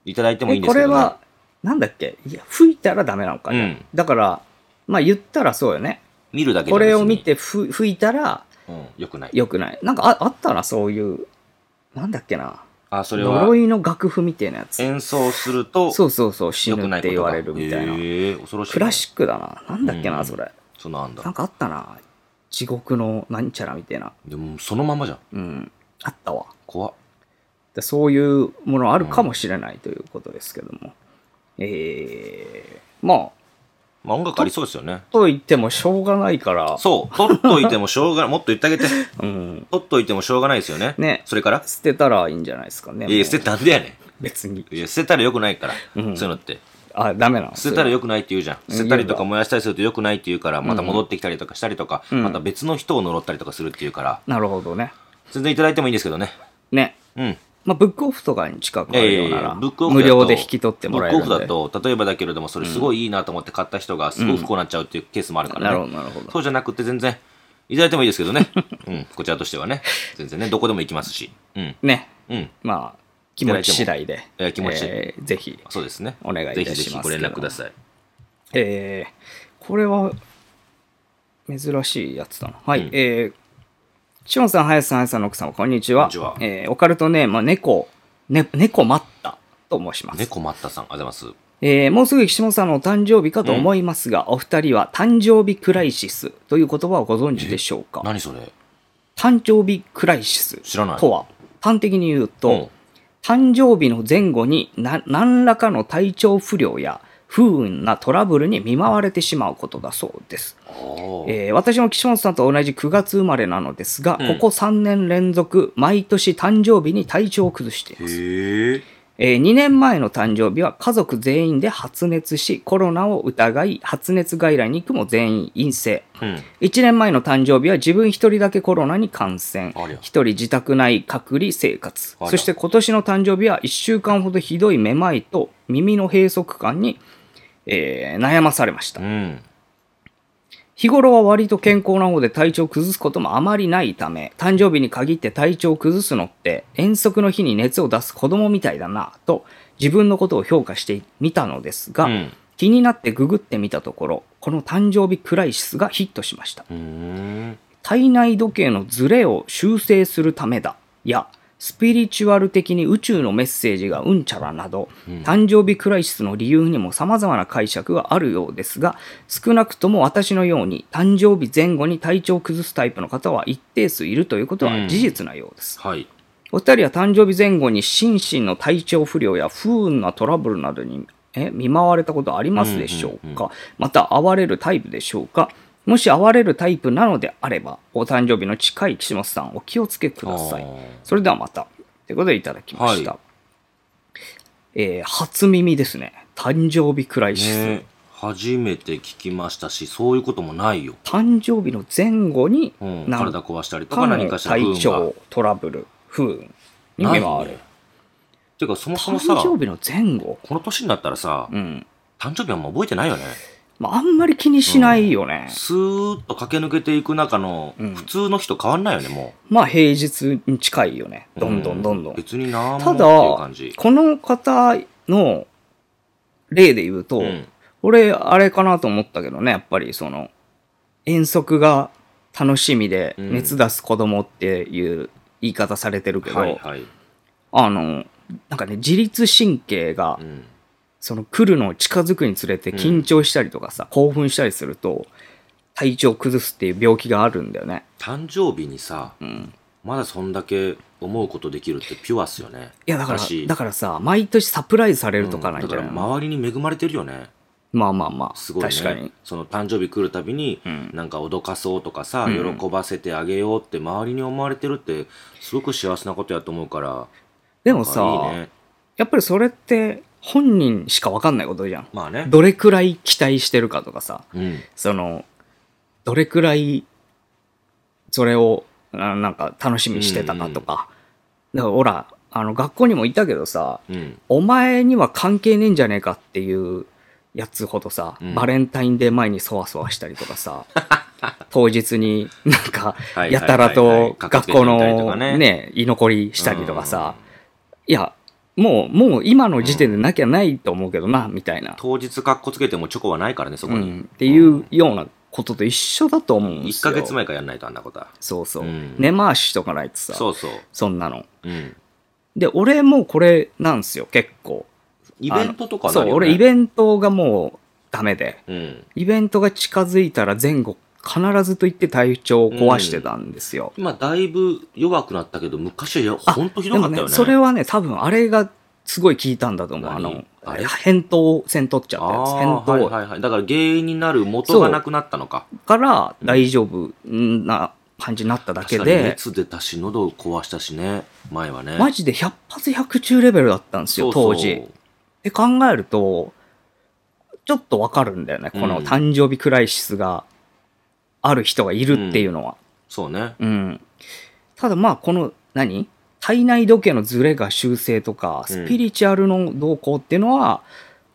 [SPEAKER 2] いただい
[SPEAKER 1] で
[SPEAKER 2] てもいいんで
[SPEAKER 1] こ
[SPEAKER 2] すけ
[SPEAKER 1] れ
[SPEAKER 2] ど、ね、
[SPEAKER 1] は、なんだっけいや、吹いたらダメなのかね。
[SPEAKER 2] うん
[SPEAKER 1] だから、まあ言ったらそうよね。
[SPEAKER 2] 見るだけ
[SPEAKER 1] こ
[SPEAKER 2] じゃ
[SPEAKER 1] れ
[SPEAKER 2] 別に
[SPEAKER 1] を見、てふ吹いたら
[SPEAKER 2] うん、よくない
[SPEAKER 1] 良くない。なんかああったな、そういう。なんだっけな。
[SPEAKER 2] あそれは
[SPEAKER 1] 呪いの楽譜みたいなやつ。
[SPEAKER 2] 演奏すると
[SPEAKER 1] そうそうそう、死
[SPEAKER 2] 良
[SPEAKER 1] ぬ
[SPEAKER 2] くな
[SPEAKER 1] っ
[SPEAKER 2] い
[SPEAKER 1] て
[SPEAKER 2] こ
[SPEAKER 1] 言
[SPEAKER 2] と
[SPEAKER 1] わ
[SPEAKER 2] が
[SPEAKER 1] れるみたいな。
[SPEAKER 2] へえ恐ろしい
[SPEAKER 1] クラシックだな。なんだっけな、
[SPEAKER 2] うん
[SPEAKER 1] それ。
[SPEAKER 2] ックそうなんだ
[SPEAKER 1] なんかあったな。地獄のなんちゃらみたいな。
[SPEAKER 2] でもそのままじゃん
[SPEAKER 1] うん。あったわ。
[SPEAKER 2] 怖っ
[SPEAKER 1] でそういうものあるかもしれないということですけども、えー、ま
[SPEAKER 2] まあ音楽ありそうですよね
[SPEAKER 1] あと言ってもしょうがないから
[SPEAKER 2] そう取っといてもしょうがないもっと言ってあげて
[SPEAKER 1] う、ん、
[SPEAKER 2] 取っといてもしょうがないですよね
[SPEAKER 1] ね
[SPEAKER 2] それから
[SPEAKER 1] 捨てたらいいんじゃないですかね
[SPEAKER 2] いや捨てたんでやね
[SPEAKER 1] 別に
[SPEAKER 2] んいや捨てたらよくないから、
[SPEAKER 1] うん
[SPEAKER 2] そういうのって
[SPEAKER 1] あ、ダメなの
[SPEAKER 2] 捨てたら良くないって言うじゃん。捨てたりとか燃やしたりすると良くないって言うから、また戻ってきたりとかしたりとか、また別の人を呪ったりとかするっていうから、
[SPEAKER 1] なるほどね。
[SPEAKER 2] 全然いただいてもいいんですけどね。
[SPEAKER 1] ね。
[SPEAKER 2] うん。
[SPEAKER 1] まあ、ブックオフとかに近くあるようなら、
[SPEAKER 2] ブックオフ
[SPEAKER 1] 無
[SPEAKER 2] だと
[SPEAKER 1] 料で引き取ってもらえるんで。
[SPEAKER 2] ブックオフだと、例えばだけれども、それすごいいいなと思って買った人が、すごい不幸になっちゃうっていうケースもあるからね。
[SPEAKER 1] うんなるほどなるほど
[SPEAKER 2] そうじゃなくて、全然、いただいてもいいですけどね。うん、こちらとしてはね。全然ね、どこでも行きますし。うん。
[SPEAKER 1] ね。
[SPEAKER 2] うん。
[SPEAKER 1] まあ、気持ち次第で。
[SPEAKER 2] いただいてもえー気持ち
[SPEAKER 1] えーぜひ。
[SPEAKER 2] そうですね。
[SPEAKER 1] お願いいたします
[SPEAKER 2] ぜひぜひご連絡ください。
[SPEAKER 1] えーこれは、珍しいやつだな。はい。
[SPEAKER 2] うん
[SPEAKER 1] えーシオンさん、林さん、林さんの奥様、こんにちは。
[SPEAKER 2] こんにちは
[SPEAKER 1] えーオカルトネーム、猫、ね、猫待ったと申します。
[SPEAKER 2] 猫まったさん、ありがとうございま
[SPEAKER 1] えーもうすぐ岸本さんのお誕生日かと思いますが、お二人は誕生日クライシスという言葉をご存知でしょうか
[SPEAKER 2] す。何それ
[SPEAKER 1] 誕生日クライシス
[SPEAKER 2] 知らない
[SPEAKER 1] とは、端的に言うと、
[SPEAKER 2] うん
[SPEAKER 1] 誕生日の前後にな何らかの体調不良や不運なトラブルに見舞われてしまうことだそうです。
[SPEAKER 2] あー
[SPEAKER 1] えー私も岸本さんと同じ9月生まれなのですが、
[SPEAKER 2] う
[SPEAKER 1] こ
[SPEAKER 2] ん
[SPEAKER 1] こ3年連続毎年誕生日に体調を崩しています。
[SPEAKER 2] へえ。
[SPEAKER 1] えー2年前の誕生日は家族全員で発熱しコロナを疑い発熱外来に行くも全員陰性
[SPEAKER 2] うん。
[SPEAKER 1] 1年前の誕生日は自分1人だけコロナに感染
[SPEAKER 2] ありゃ
[SPEAKER 1] 1人自宅内隔離生活
[SPEAKER 2] あら
[SPEAKER 1] そして今年の誕生日は1週間ほどひどいめまいと耳の閉塞感に、えー悩まされました
[SPEAKER 2] うん。
[SPEAKER 1] 日頃は割と健康な方で体調を崩すこともあまりないため、誕生日に限って体調を崩すのって、遠足の日に熱を出す子供みたいだな、と自分のことを評価してみたのですが、
[SPEAKER 2] うん
[SPEAKER 1] 気になってググってみたところ、この誕生日クライシスがヒットしました。
[SPEAKER 2] うーん。
[SPEAKER 1] 体内時計のズレを修正するためだやスピリチュアル的に宇宙のメッセージがうんちゃらなど、誕生日クライシスの理由にも様々な解釈があるようですが少なくとも私のように誕生日前後に体調を崩すタイプの方は一定数いるということは事実なようです、
[SPEAKER 2] はい。
[SPEAKER 1] お二人は誕生日前後に心身の体調不良や不運なトラブルなどにえ見舞われたことありますでしょうか、また哀れるタイプでしょうかもし哀れるタイプなのであればお誕生日の近い岸本さんお気をつけください
[SPEAKER 2] あー
[SPEAKER 1] それではまたということでいただきました、
[SPEAKER 2] は
[SPEAKER 1] えー初耳ですね誕生日くらいシステム
[SPEAKER 2] ね初めて聞きましたし、そういうこともないよ。
[SPEAKER 1] 誕生日の前後に
[SPEAKER 2] うん。
[SPEAKER 1] 何
[SPEAKER 2] 体壊したりと
[SPEAKER 1] か
[SPEAKER 2] か何
[SPEAKER 1] の
[SPEAKER 2] かしら不
[SPEAKER 1] 体
[SPEAKER 2] 運が
[SPEAKER 1] 調トラブル不運に見
[SPEAKER 2] ない
[SPEAKER 1] 舞
[SPEAKER 2] ね
[SPEAKER 1] われる
[SPEAKER 2] てか、そもそ
[SPEAKER 1] 誕
[SPEAKER 2] もさ、
[SPEAKER 1] 生日の前後
[SPEAKER 2] この年になったらさ、
[SPEAKER 1] うん
[SPEAKER 2] 誕生日はもう覚えてないよね。
[SPEAKER 1] まあ、あんまり気にしないよね。
[SPEAKER 2] スーッと駆け抜けていく中の、
[SPEAKER 1] うん
[SPEAKER 2] 普通の人変わんないよね、も
[SPEAKER 1] まあ、平日に近いよね。
[SPEAKER 2] う。
[SPEAKER 1] どんどんどんどん。
[SPEAKER 2] う別にな
[SPEAKER 1] た
[SPEAKER 2] も
[SPEAKER 1] だ、
[SPEAKER 2] っていう感じ。
[SPEAKER 1] この方の例で言うと、
[SPEAKER 2] うん
[SPEAKER 1] 俺、あれかなと思ったけどね、やっぱりその、遠足が楽しみで
[SPEAKER 2] うん
[SPEAKER 1] 熱出す子供っていう言い方されてるけど、
[SPEAKER 2] はいはい。
[SPEAKER 1] あの、なんかね、自律神経が、
[SPEAKER 2] うん。
[SPEAKER 1] その来るのを近づくにつれて緊張したりとかさ、興奮したりすると、体調崩すっていう病気があるんだよね。
[SPEAKER 2] 誕生日にさ、
[SPEAKER 1] ん
[SPEAKER 2] まだそんだけ思うことできるってピュアっすよね。
[SPEAKER 1] いやだから
[SPEAKER 2] し
[SPEAKER 1] だからさ毎年サプライズされるとかない
[SPEAKER 2] うん
[SPEAKER 1] じ
[SPEAKER 2] だ
[SPEAKER 1] ゃ
[SPEAKER 2] か
[SPEAKER 1] ない、
[SPEAKER 2] ら周りに恵まれてるよね。
[SPEAKER 1] まあまあまあ
[SPEAKER 2] すごいね。
[SPEAKER 1] 確かに
[SPEAKER 2] その誕生日来るたびに、
[SPEAKER 1] ん
[SPEAKER 2] なんか脅かそうとかさ、
[SPEAKER 1] ん
[SPEAKER 2] 喜ばせてあげようって周りに思われてるって、すごく幸せなことやと思うから、
[SPEAKER 1] でもさ
[SPEAKER 2] あいいね。
[SPEAKER 1] やっぱりそれって本人しか分かんないことじゃん
[SPEAKER 2] まあね。
[SPEAKER 1] どれくらい期待してるかとかさ
[SPEAKER 2] うん。
[SPEAKER 1] そのどれくらいそれをななんか楽しみにしてたかとか、だからほらあの学校にもいたけどさ
[SPEAKER 2] うん。
[SPEAKER 1] お前には関係ねえんじゃねえかっていうやつほどさ、
[SPEAKER 2] うん
[SPEAKER 1] バレンタインデー前にそわそわしたりとか
[SPEAKER 2] *laughs*
[SPEAKER 1] さ当日になんか
[SPEAKER 2] はいはいはいはい
[SPEAKER 1] やたらと
[SPEAKER 2] かかっ
[SPEAKER 1] 学
[SPEAKER 2] てき
[SPEAKER 1] 校
[SPEAKER 2] たりと
[SPEAKER 1] の
[SPEAKER 2] かね
[SPEAKER 1] ね居残りしたりとかさ、いやもうもう今の時点でなきゃないと思うけどな、みたいな、
[SPEAKER 2] 当日かっこつけてもチョコはないからね、そうこに。
[SPEAKER 1] ん、っていうようなことと一緒だと思うんです
[SPEAKER 2] 1
[SPEAKER 1] よ
[SPEAKER 2] ヶ月前からやんないとあんなことは。
[SPEAKER 1] そうそう、
[SPEAKER 2] うん
[SPEAKER 1] 根回しとかないとさ
[SPEAKER 2] そうそう。
[SPEAKER 1] そんなの
[SPEAKER 2] うん。
[SPEAKER 1] で俺もうこれなんですよ結構
[SPEAKER 2] イベントとか
[SPEAKER 1] そう俺イ
[SPEAKER 2] ン
[SPEAKER 1] ベントがもうダメで
[SPEAKER 2] ト。うん。
[SPEAKER 1] イベントが近づいたら前後必ずと言って体調を壊してたんですよ。
[SPEAKER 2] 今だいぶ弱くなったけど、昔は本当ひどかった
[SPEAKER 1] で
[SPEAKER 2] よ
[SPEAKER 1] も
[SPEAKER 2] ね。
[SPEAKER 1] それはね、多分あれがすごい効いたんだと思う。あ
[SPEAKER 2] 何
[SPEAKER 1] の、
[SPEAKER 2] あれ
[SPEAKER 1] 返答戦取っちゃったやつ。
[SPEAKER 2] あ
[SPEAKER 1] 返
[SPEAKER 2] ーはい
[SPEAKER 1] 答
[SPEAKER 2] はいはい。だから原因になる元がなくなったのか。
[SPEAKER 1] から大丈夫な感じになっただけ
[SPEAKER 2] 確かに
[SPEAKER 1] で、
[SPEAKER 2] 熱出たし、喉壊したしね、前はね。
[SPEAKER 1] マジで100発100中レベルだったんですよ、
[SPEAKER 2] そうそう
[SPEAKER 1] 当時。で考えると、ちょっとわかるんだよね。こ
[SPEAKER 2] う
[SPEAKER 1] の
[SPEAKER 2] ん
[SPEAKER 1] 誕生日クライシスがある人がいるっていうのは。
[SPEAKER 2] そうね。
[SPEAKER 1] うん。ただまあ、この、何体内時計のズレが修正とか、
[SPEAKER 2] うん
[SPEAKER 1] スピリチュアルの動向っていうのは、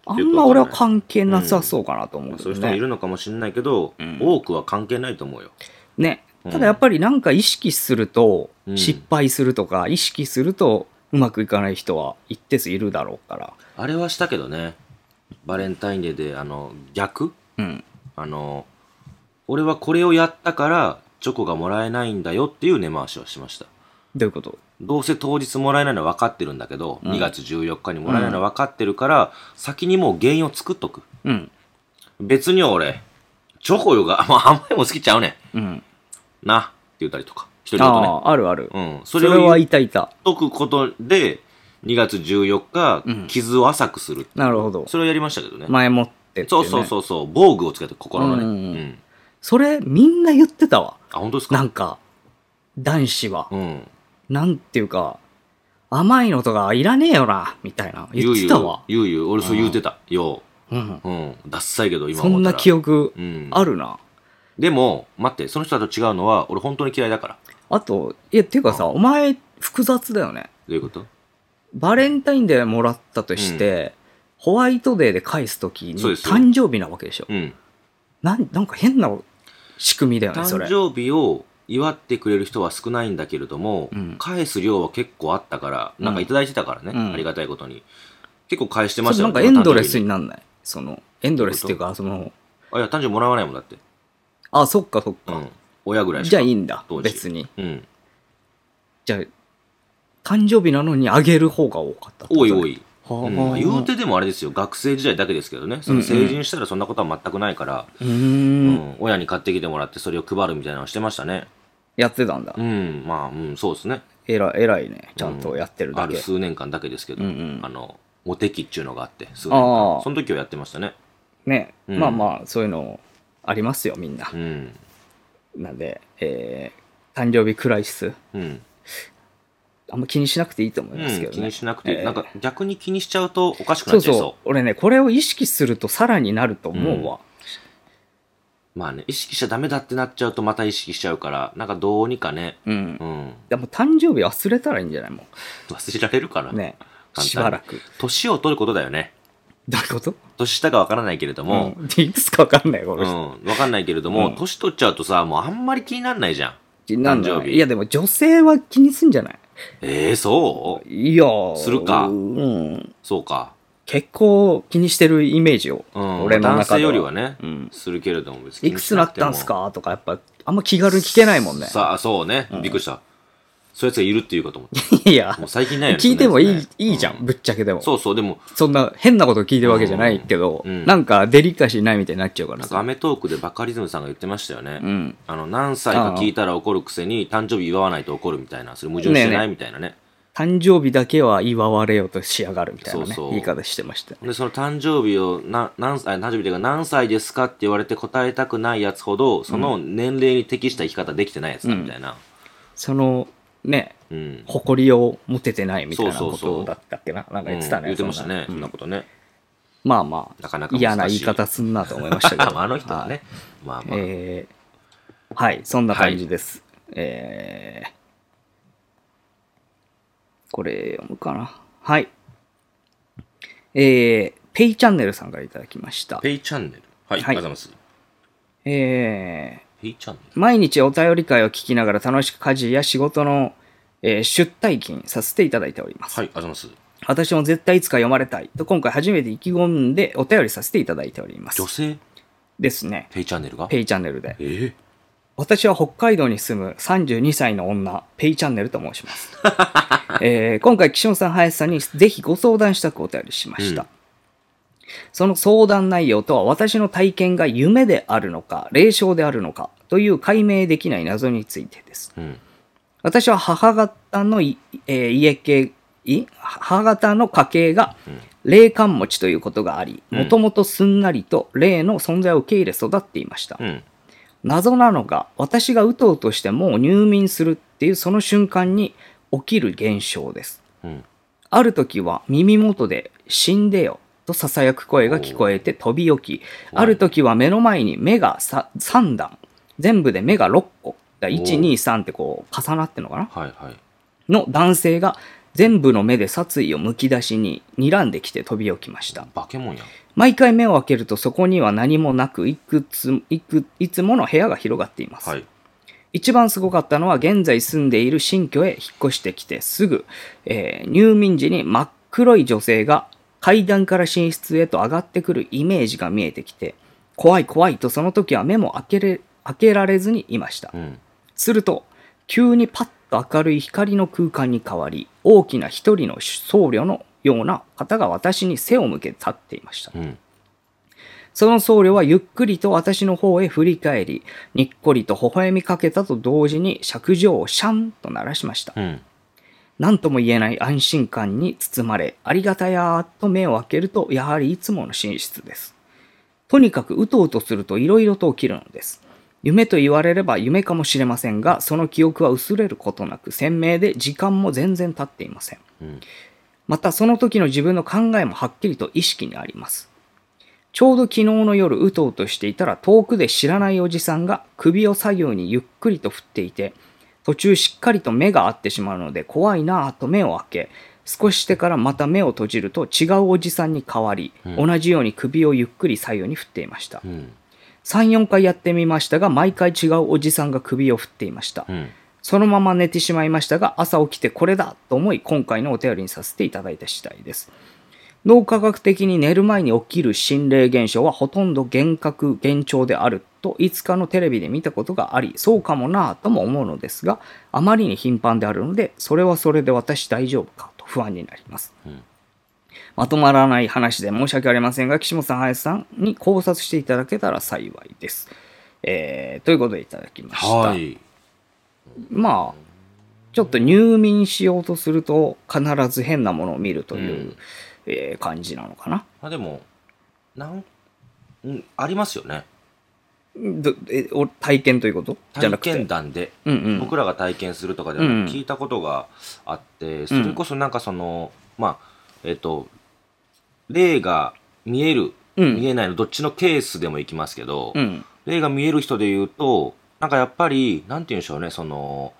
[SPEAKER 1] あん
[SPEAKER 2] よくわ
[SPEAKER 1] ま
[SPEAKER 2] かん
[SPEAKER 1] 俺
[SPEAKER 2] ない
[SPEAKER 1] は関係なさそうかなと思うけ
[SPEAKER 2] そ
[SPEAKER 1] ど
[SPEAKER 2] ういう人もい
[SPEAKER 1] ね。
[SPEAKER 2] るのかもしれないけど、
[SPEAKER 1] うん
[SPEAKER 2] 多くは関係ないと思うよ。
[SPEAKER 1] ね。
[SPEAKER 2] うん
[SPEAKER 1] ただやっぱりなんか意識すると
[SPEAKER 2] う、ん
[SPEAKER 1] 失敗するとか、意識するとうまくいかない人は一定数いるだろうから。
[SPEAKER 2] あれはしたけどね。バレンタインデーで、あの、逆
[SPEAKER 1] うん。
[SPEAKER 2] あの、俺はこれをやったから、チョコがもらえないんだよっていう根回しをしました。
[SPEAKER 1] どういうこと
[SPEAKER 2] どうせ当日もらえないのは分かってるんだけど、
[SPEAKER 1] うん
[SPEAKER 2] 2月14日にもらえないのは分かってるから、先にもう原因を作っとく。
[SPEAKER 1] うん。
[SPEAKER 2] 別に俺、チョコよが、まあ甘いもん好きちゃうね
[SPEAKER 1] うん。
[SPEAKER 2] ん。な、って言ったりとか。一人ごとね。
[SPEAKER 1] ああ、あるある。
[SPEAKER 2] うん。
[SPEAKER 1] そ
[SPEAKER 2] それ
[SPEAKER 1] れ
[SPEAKER 2] を
[SPEAKER 1] は
[SPEAKER 2] 言っ
[SPEAKER 1] いたいた。
[SPEAKER 2] とくことで、2月14
[SPEAKER 1] うん
[SPEAKER 2] 日、傷を浅くする。
[SPEAKER 1] なるほど。
[SPEAKER 2] それをやりましたけどね。
[SPEAKER 1] 前もってって、ね。
[SPEAKER 2] そうそう
[SPEAKER 1] う。
[SPEAKER 2] そうそう、防具をつけて、心のね。
[SPEAKER 1] う
[SPEAKER 2] うんん、
[SPEAKER 1] うんうんそれみんな言ってたわ。
[SPEAKER 2] あ、本当ですか
[SPEAKER 1] なんか、男子は。
[SPEAKER 2] うん。
[SPEAKER 1] なんていうか、甘いのとかいらねえよな、みたいな。言ってたわ。
[SPEAKER 2] 言う言う、言う言う俺そう言うてた。よ
[SPEAKER 1] うん。
[SPEAKER 2] う。うん。ダッサいけど、今
[SPEAKER 1] そ
[SPEAKER 2] 思
[SPEAKER 1] ん
[SPEAKER 2] っ
[SPEAKER 1] な
[SPEAKER 2] たら
[SPEAKER 1] 記憶
[SPEAKER 2] うん。
[SPEAKER 1] あるな。
[SPEAKER 2] でも、待って、その人らと違うのは、俺本当に嫌いだから。
[SPEAKER 1] あと、いや、っていうかさ、お前複雑だよね。
[SPEAKER 2] どういうこと
[SPEAKER 1] バレンタインデーもらったとして、ホワイトデーで返すときに
[SPEAKER 2] そうですよ
[SPEAKER 1] 誕生日なわけでしょ。
[SPEAKER 2] うん。
[SPEAKER 1] なんなんか変な仕組みだよね、そ
[SPEAKER 2] 誕
[SPEAKER 1] れ。
[SPEAKER 2] 生日を祝ってくれる人は少ないんだけれども、
[SPEAKER 1] うん
[SPEAKER 2] 返す量は結構あったから、なんかいただいてたからね、
[SPEAKER 1] うん
[SPEAKER 2] ありがたいことに。結構返してまし
[SPEAKER 1] そ
[SPEAKER 2] た
[SPEAKER 1] れ
[SPEAKER 2] よ
[SPEAKER 1] なんかエンドレス
[SPEAKER 2] に。
[SPEAKER 1] になんないその、エンドレスっていうか、その、
[SPEAKER 2] あ、いや、誕生日もらわないもんだって。
[SPEAKER 1] あ、そっかそっ
[SPEAKER 2] う
[SPEAKER 1] か。
[SPEAKER 2] ん。親ぐらいし
[SPEAKER 1] じ
[SPEAKER 2] か。
[SPEAKER 1] ゃあいいんだ
[SPEAKER 2] 当、時
[SPEAKER 1] 別に。
[SPEAKER 2] うん。
[SPEAKER 1] じゃあ、誕生日なのにあげる方が多かったってこと
[SPEAKER 2] お
[SPEAKER 1] ね。
[SPEAKER 2] いおい。
[SPEAKER 1] はあ
[SPEAKER 2] うん
[SPEAKER 1] はあ
[SPEAKER 2] まあ言うてでもあれですよ、学生時代だけですけどね、その成人したらそんなことは全くないから、
[SPEAKER 1] う
[SPEAKER 2] うん
[SPEAKER 1] ーん。
[SPEAKER 2] 親に買ってきてもらって、それを配るみたいなのしてましたね。
[SPEAKER 1] やってたんだ
[SPEAKER 2] う。ん、まあ、うん、そうですね。
[SPEAKER 1] えらい、えらいね。ちゃんとやってる
[SPEAKER 2] あ
[SPEAKER 1] だ
[SPEAKER 2] る
[SPEAKER 1] け。
[SPEAKER 2] 数年間だけですけど、
[SPEAKER 1] うんうん
[SPEAKER 2] あの、モテ期っていうのがあって、数年
[SPEAKER 1] ああ
[SPEAKER 2] 間。その時はやってましたね。
[SPEAKER 1] ね。
[SPEAKER 2] うん
[SPEAKER 1] まあまあ、そういうのありますよ、みんな
[SPEAKER 2] う。ん。
[SPEAKER 1] なんで、えー、誕生日クライシス、
[SPEAKER 2] うん。
[SPEAKER 1] あんま気にしなくていいと思いますけ
[SPEAKER 2] う
[SPEAKER 1] ど
[SPEAKER 2] ん気
[SPEAKER 1] ね
[SPEAKER 2] に。しなくて、
[SPEAKER 1] ええ
[SPEAKER 2] なんか逆に気にしちゃうとおかしく
[SPEAKER 1] そ
[SPEAKER 2] な
[SPEAKER 1] う
[SPEAKER 2] っちゃいそ
[SPEAKER 1] そう。俺ね、これを意識するとさらになると思うわ。
[SPEAKER 2] う。まあね、意識しちゃダメだってなっちゃうとまた意識しちゃうから、なんかどうにかね、
[SPEAKER 1] うん。
[SPEAKER 2] うん。
[SPEAKER 1] でも誕生日忘れたらいいんじゃないも
[SPEAKER 2] 忘れられるから
[SPEAKER 1] ん。ね。
[SPEAKER 2] 簡単に
[SPEAKER 1] しばらく。
[SPEAKER 2] 年を取ることだよね。
[SPEAKER 1] どういうこと
[SPEAKER 2] 年下かわからないけれども、
[SPEAKER 1] うんいつかわかんないよ、こ
[SPEAKER 2] う
[SPEAKER 1] の人。
[SPEAKER 2] ん、わかんないけれども、
[SPEAKER 1] うん
[SPEAKER 2] 年取っちゃうとさ、もうあんまり気になんないじゃん。
[SPEAKER 1] 気になんじゃない
[SPEAKER 2] 誕生日
[SPEAKER 1] いや、でも女性は気にすんじゃない
[SPEAKER 2] ええそう
[SPEAKER 1] いやー
[SPEAKER 2] するか
[SPEAKER 1] うん。
[SPEAKER 2] そうか。
[SPEAKER 1] 結構気にしてるイメージを、
[SPEAKER 2] うん、
[SPEAKER 1] 俺の中では。
[SPEAKER 2] 男性よりはね、
[SPEAKER 1] うん
[SPEAKER 2] するけれども別に
[SPEAKER 1] いく
[SPEAKER 2] 気に
[SPEAKER 1] つ
[SPEAKER 2] し
[SPEAKER 1] な
[SPEAKER 2] な
[SPEAKER 1] っ
[SPEAKER 2] くても。
[SPEAKER 1] たんすかとか、やっぱ、あんま気軽に聞けないもんね。
[SPEAKER 2] さあ、そうね。びっくりした。そういうやつがいるっていうかと思って。
[SPEAKER 1] いや
[SPEAKER 2] も、う最近ないよ
[SPEAKER 1] *laughs*
[SPEAKER 2] ね。
[SPEAKER 1] 聞いても
[SPEAKER 2] そん
[SPEAKER 1] い
[SPEAKER 2] ないやつね、
[SPEAKER 1] いいじゃん、ぶっちゃけでも。
[SPEAKER 2] そうそう、でも、
[SPEAKER 1] そんな変なこと聞いてるわけじゃないけど、
[SPEAKER 2] うんうん
[SPEAKER 1] なんかデリカシーないみたいになっちゃうから
[SPEAKER 2] なんかア
[SPEAKER 1] さ。
[SPEAKER 2] メトークでバカリズムさんが言ってましたよね。
[SPEAKER 1] うん。
[SPEAKER 2] あの、何歳か聞いたら怒るくせに、誕生日祝わないと怒るみたいな、それ矛盾して
[SPEAKER 1] ね
[SPEAKER 2] な
[SPEAKER 1] え
[SPEAKER 2] いみたいなね。
[SPEAKER 1] 誕生日だけは祝われようとしやがるみたいなね、
[SPEAKER 2] そうそう
[SPEAKER 1] 言い方してました。
[SPEAKER 2] で、その誕生日を、な、何歳、誕生日というか何歳ですかって言われて答えたくないやつほど、その年齢に適した生き方できてないやつだみたいな。
[SPEAKER 1] その、ね、
[SPEAKER 2] うん。
[SPEAKER 1] 誇りを持ててないみたいなこ
[SPEAKER 2] そうそうそ
[SPEAKER 1] と
[SPEAKER 2] う
[SPEAKER 1] だったっけな。なんか
[SPEAKER 2] う
[SPEAKER 1] 言
[SPEAKER 2] ん
[SPEAKER 1] ってたね。
[SPEAKER 2] 言ってましたね。
[SPEAKER 1] そ
[SPEAKER 2] そ
[SPEAKER 1] んな
[SPEAKER 2] んな
[SPEAKER 1] うん
[SPEAKER 2] ことね。
[SPEAKER 1] まあまあ、
[SPEAKER 2] なかなか難しい
[SPEAKER 1] 嫌な言い方すんなと思いましたけど。
[SPEAKER 2] *laughs* まああの人はね。まあまあ。
[SPEAKER 1] えーはい、そんな感じです。えーこれ読むかな。はい。えー、ペイチャンネルさんからいただきました。
[SPEAKER 2] ペイチャンネル。はい。
[SPEAKER 1] はい
[SPEAKER 2] ありがとうございます。
[SPEAKER 1] え
[SPEAKER 2] ペイチャンネル。
[SPEAKER 1] ー毎日お便り会を聞きながら楽しく家事や仕事の、えー出退勤させていただいております。
[SPEAKER 2] はい。ありがとうございま。
[SPEAKER 1] 私も絶対いつか読まれたいと今回初めて意気込んでお便りさせていただいておりますす
[SPEAKER 2] 女。性
[SPEAKER 1] ですね。
[SPEAKER 2] ペイチャンネルが
[SPEAKER 1] ペイチャンネルで。
[SPEAKER 2] ええ
[SPEAKER 1] 私は北海道に住む32歳の女、ペイチャンネルと申します。 *laughs* えー今回、岸本さん、林さんにぜひご相談したくお便りしました。
[SPEAKER 2] うん
[SPEAKER 1] その相談内容とは、私の体験が夢であるのか、霊障であるのか、という解明できない謎についてです。
[SPEAKER 2] うん。
[SPEAKER 1] 私は母方のい、えー家系、い母方の家系が霊感持ちということがあり、
[SPEAKER 2] うん
[SPEAKER 1] もともとすんなりと霊の存在を受け入れ育っていました。
[SPEAKER 2] うん。
[SPEAKER 1] 謎なのが私がうとうとしてもう入眠するっていうその瞬間に起きる現象です
[SPEAKER 2] うん。
[SPEAKER 1] ある時は耳元で「死んでよ」と囁く声が聞こえて飛び起き、ある時は目の前に目がさ3段、全部で目が6個、だから1、
[SPEAKER 2] お
[SPEAKER 1] 2、3ってこう重なってんのかな
[SPEAKER 2] はいはい。
[SPEAKER 1] の男性が全部の目で殺意をむき出しに睨んできて飛び起きました。
[SPEAKER 2] バケモンやん。
[SPEAKER 1] 毎回目を開けるとそこには何もなくいくついくいつもの部屋が広がっています、
[SPEAKER 2] はい。
[SPEAKER 1] 一番すごかったのは現在住んでいる新居へ引っ越してきてすぐ、えー入眠時に真っ黒い女性が階段から寝室へと上がってくるイメージが見えてきて怖い怖いとその時は目も開けれ開けられずにいました
[SPEAKER 2] うん。
[SPEAKER 1] すると急にパッと明るい光の空間に変わり大きな一人の僧侶のような方が私に背を向け立っていました
[SPEAKER 2] うん。
[SPEAKER 1] その僧侶はゆっくりと私の方へ振り返り、にっこりと微笑みかけたと同時に尺状をシャンと鳴らしました。
[SPEAKER 2] うん。
[SPEAKER 1] 何とも言えない安心感に包まれ、ありがたやーっと目を開けると、やはりいつもの寝室です。とにかくうとうとすると色々と起きるのです。夢と言われれば夢かもしれませんが、その記憶は薄れることなく鮮明で時間も全然経っていません。
[SPEAKER 2] うん。
[SPEAKER 1] またその時の自分の考えもはっきりと意識にあります。ちょうど昨日の夜うとうとしていたら遠くで知らないおじさんが首を左右にゆっくりと振っていて途中しっかりと目が合ってしまうので怖いなぁと目を開け少ししてからまた目を閉じると違うおじさんに変わり、
[SPEAKER 2] うん
[SPEAKER 1] 同じように首をゆっくり左右に振っていました
[SPEAKER 2] うん。
[SPEAKER 1] 34回やってみましたが毎回違うおじさんが首を振っていました、
[SPEAKER 2] うん。
[SPEAKER 1] そのまま寝てしまいましたが、朝起きてこれだと思い、今回のお便りにさせていただいた次第です。脳科学的に寝る前に起きる心霊現象はほとんど幻覚、幻聴であるといつかのテレビで見たことがあり、そうかもなぁとも思うのですが、あまりに頻繁であるので、それはそれで私大丈夫かと不安になります。
[SPEAKER 2] うん
[SPEAKER 1] まとまらない話で申し訳ありませんが、岸本さん、林さんに考察していただけたら幸いです。えーということでいただきました。
[SPEAKER 2] はい。
[SPEAKER 1] まあちょっと入眠しようとすると必ず変なものを見るという、
[SPEAKER 2] うん
[SPEAKER 1] えー感じなのかな
[SPEAKER 2] まあでも、なん、うん、ありますよね。
[SPEAKER 1] どえお体験ということじゃな
[SPEAKER 2] 体
[SPEAKER 1] くて
[SPEAKER 2] 験談で。
[SPEAKER 1] うんうん
[SPEAKER 2] 僕らが体験するとかではなく
[SPEAKER 1] うん
[SPEAKER 2] 聞いたことがあって、それこそなんかその、まあ、えっと、霊が見える、
[SPEAKER 1] うん
[SPEAKER 2] 見えないのどっちのケースでもいきますけど、
[SPEAKER 1] うん
[SPEAKER 2] 霊が見える人で言うと、なんかやっぱり、なんて言うんでしょうね、その、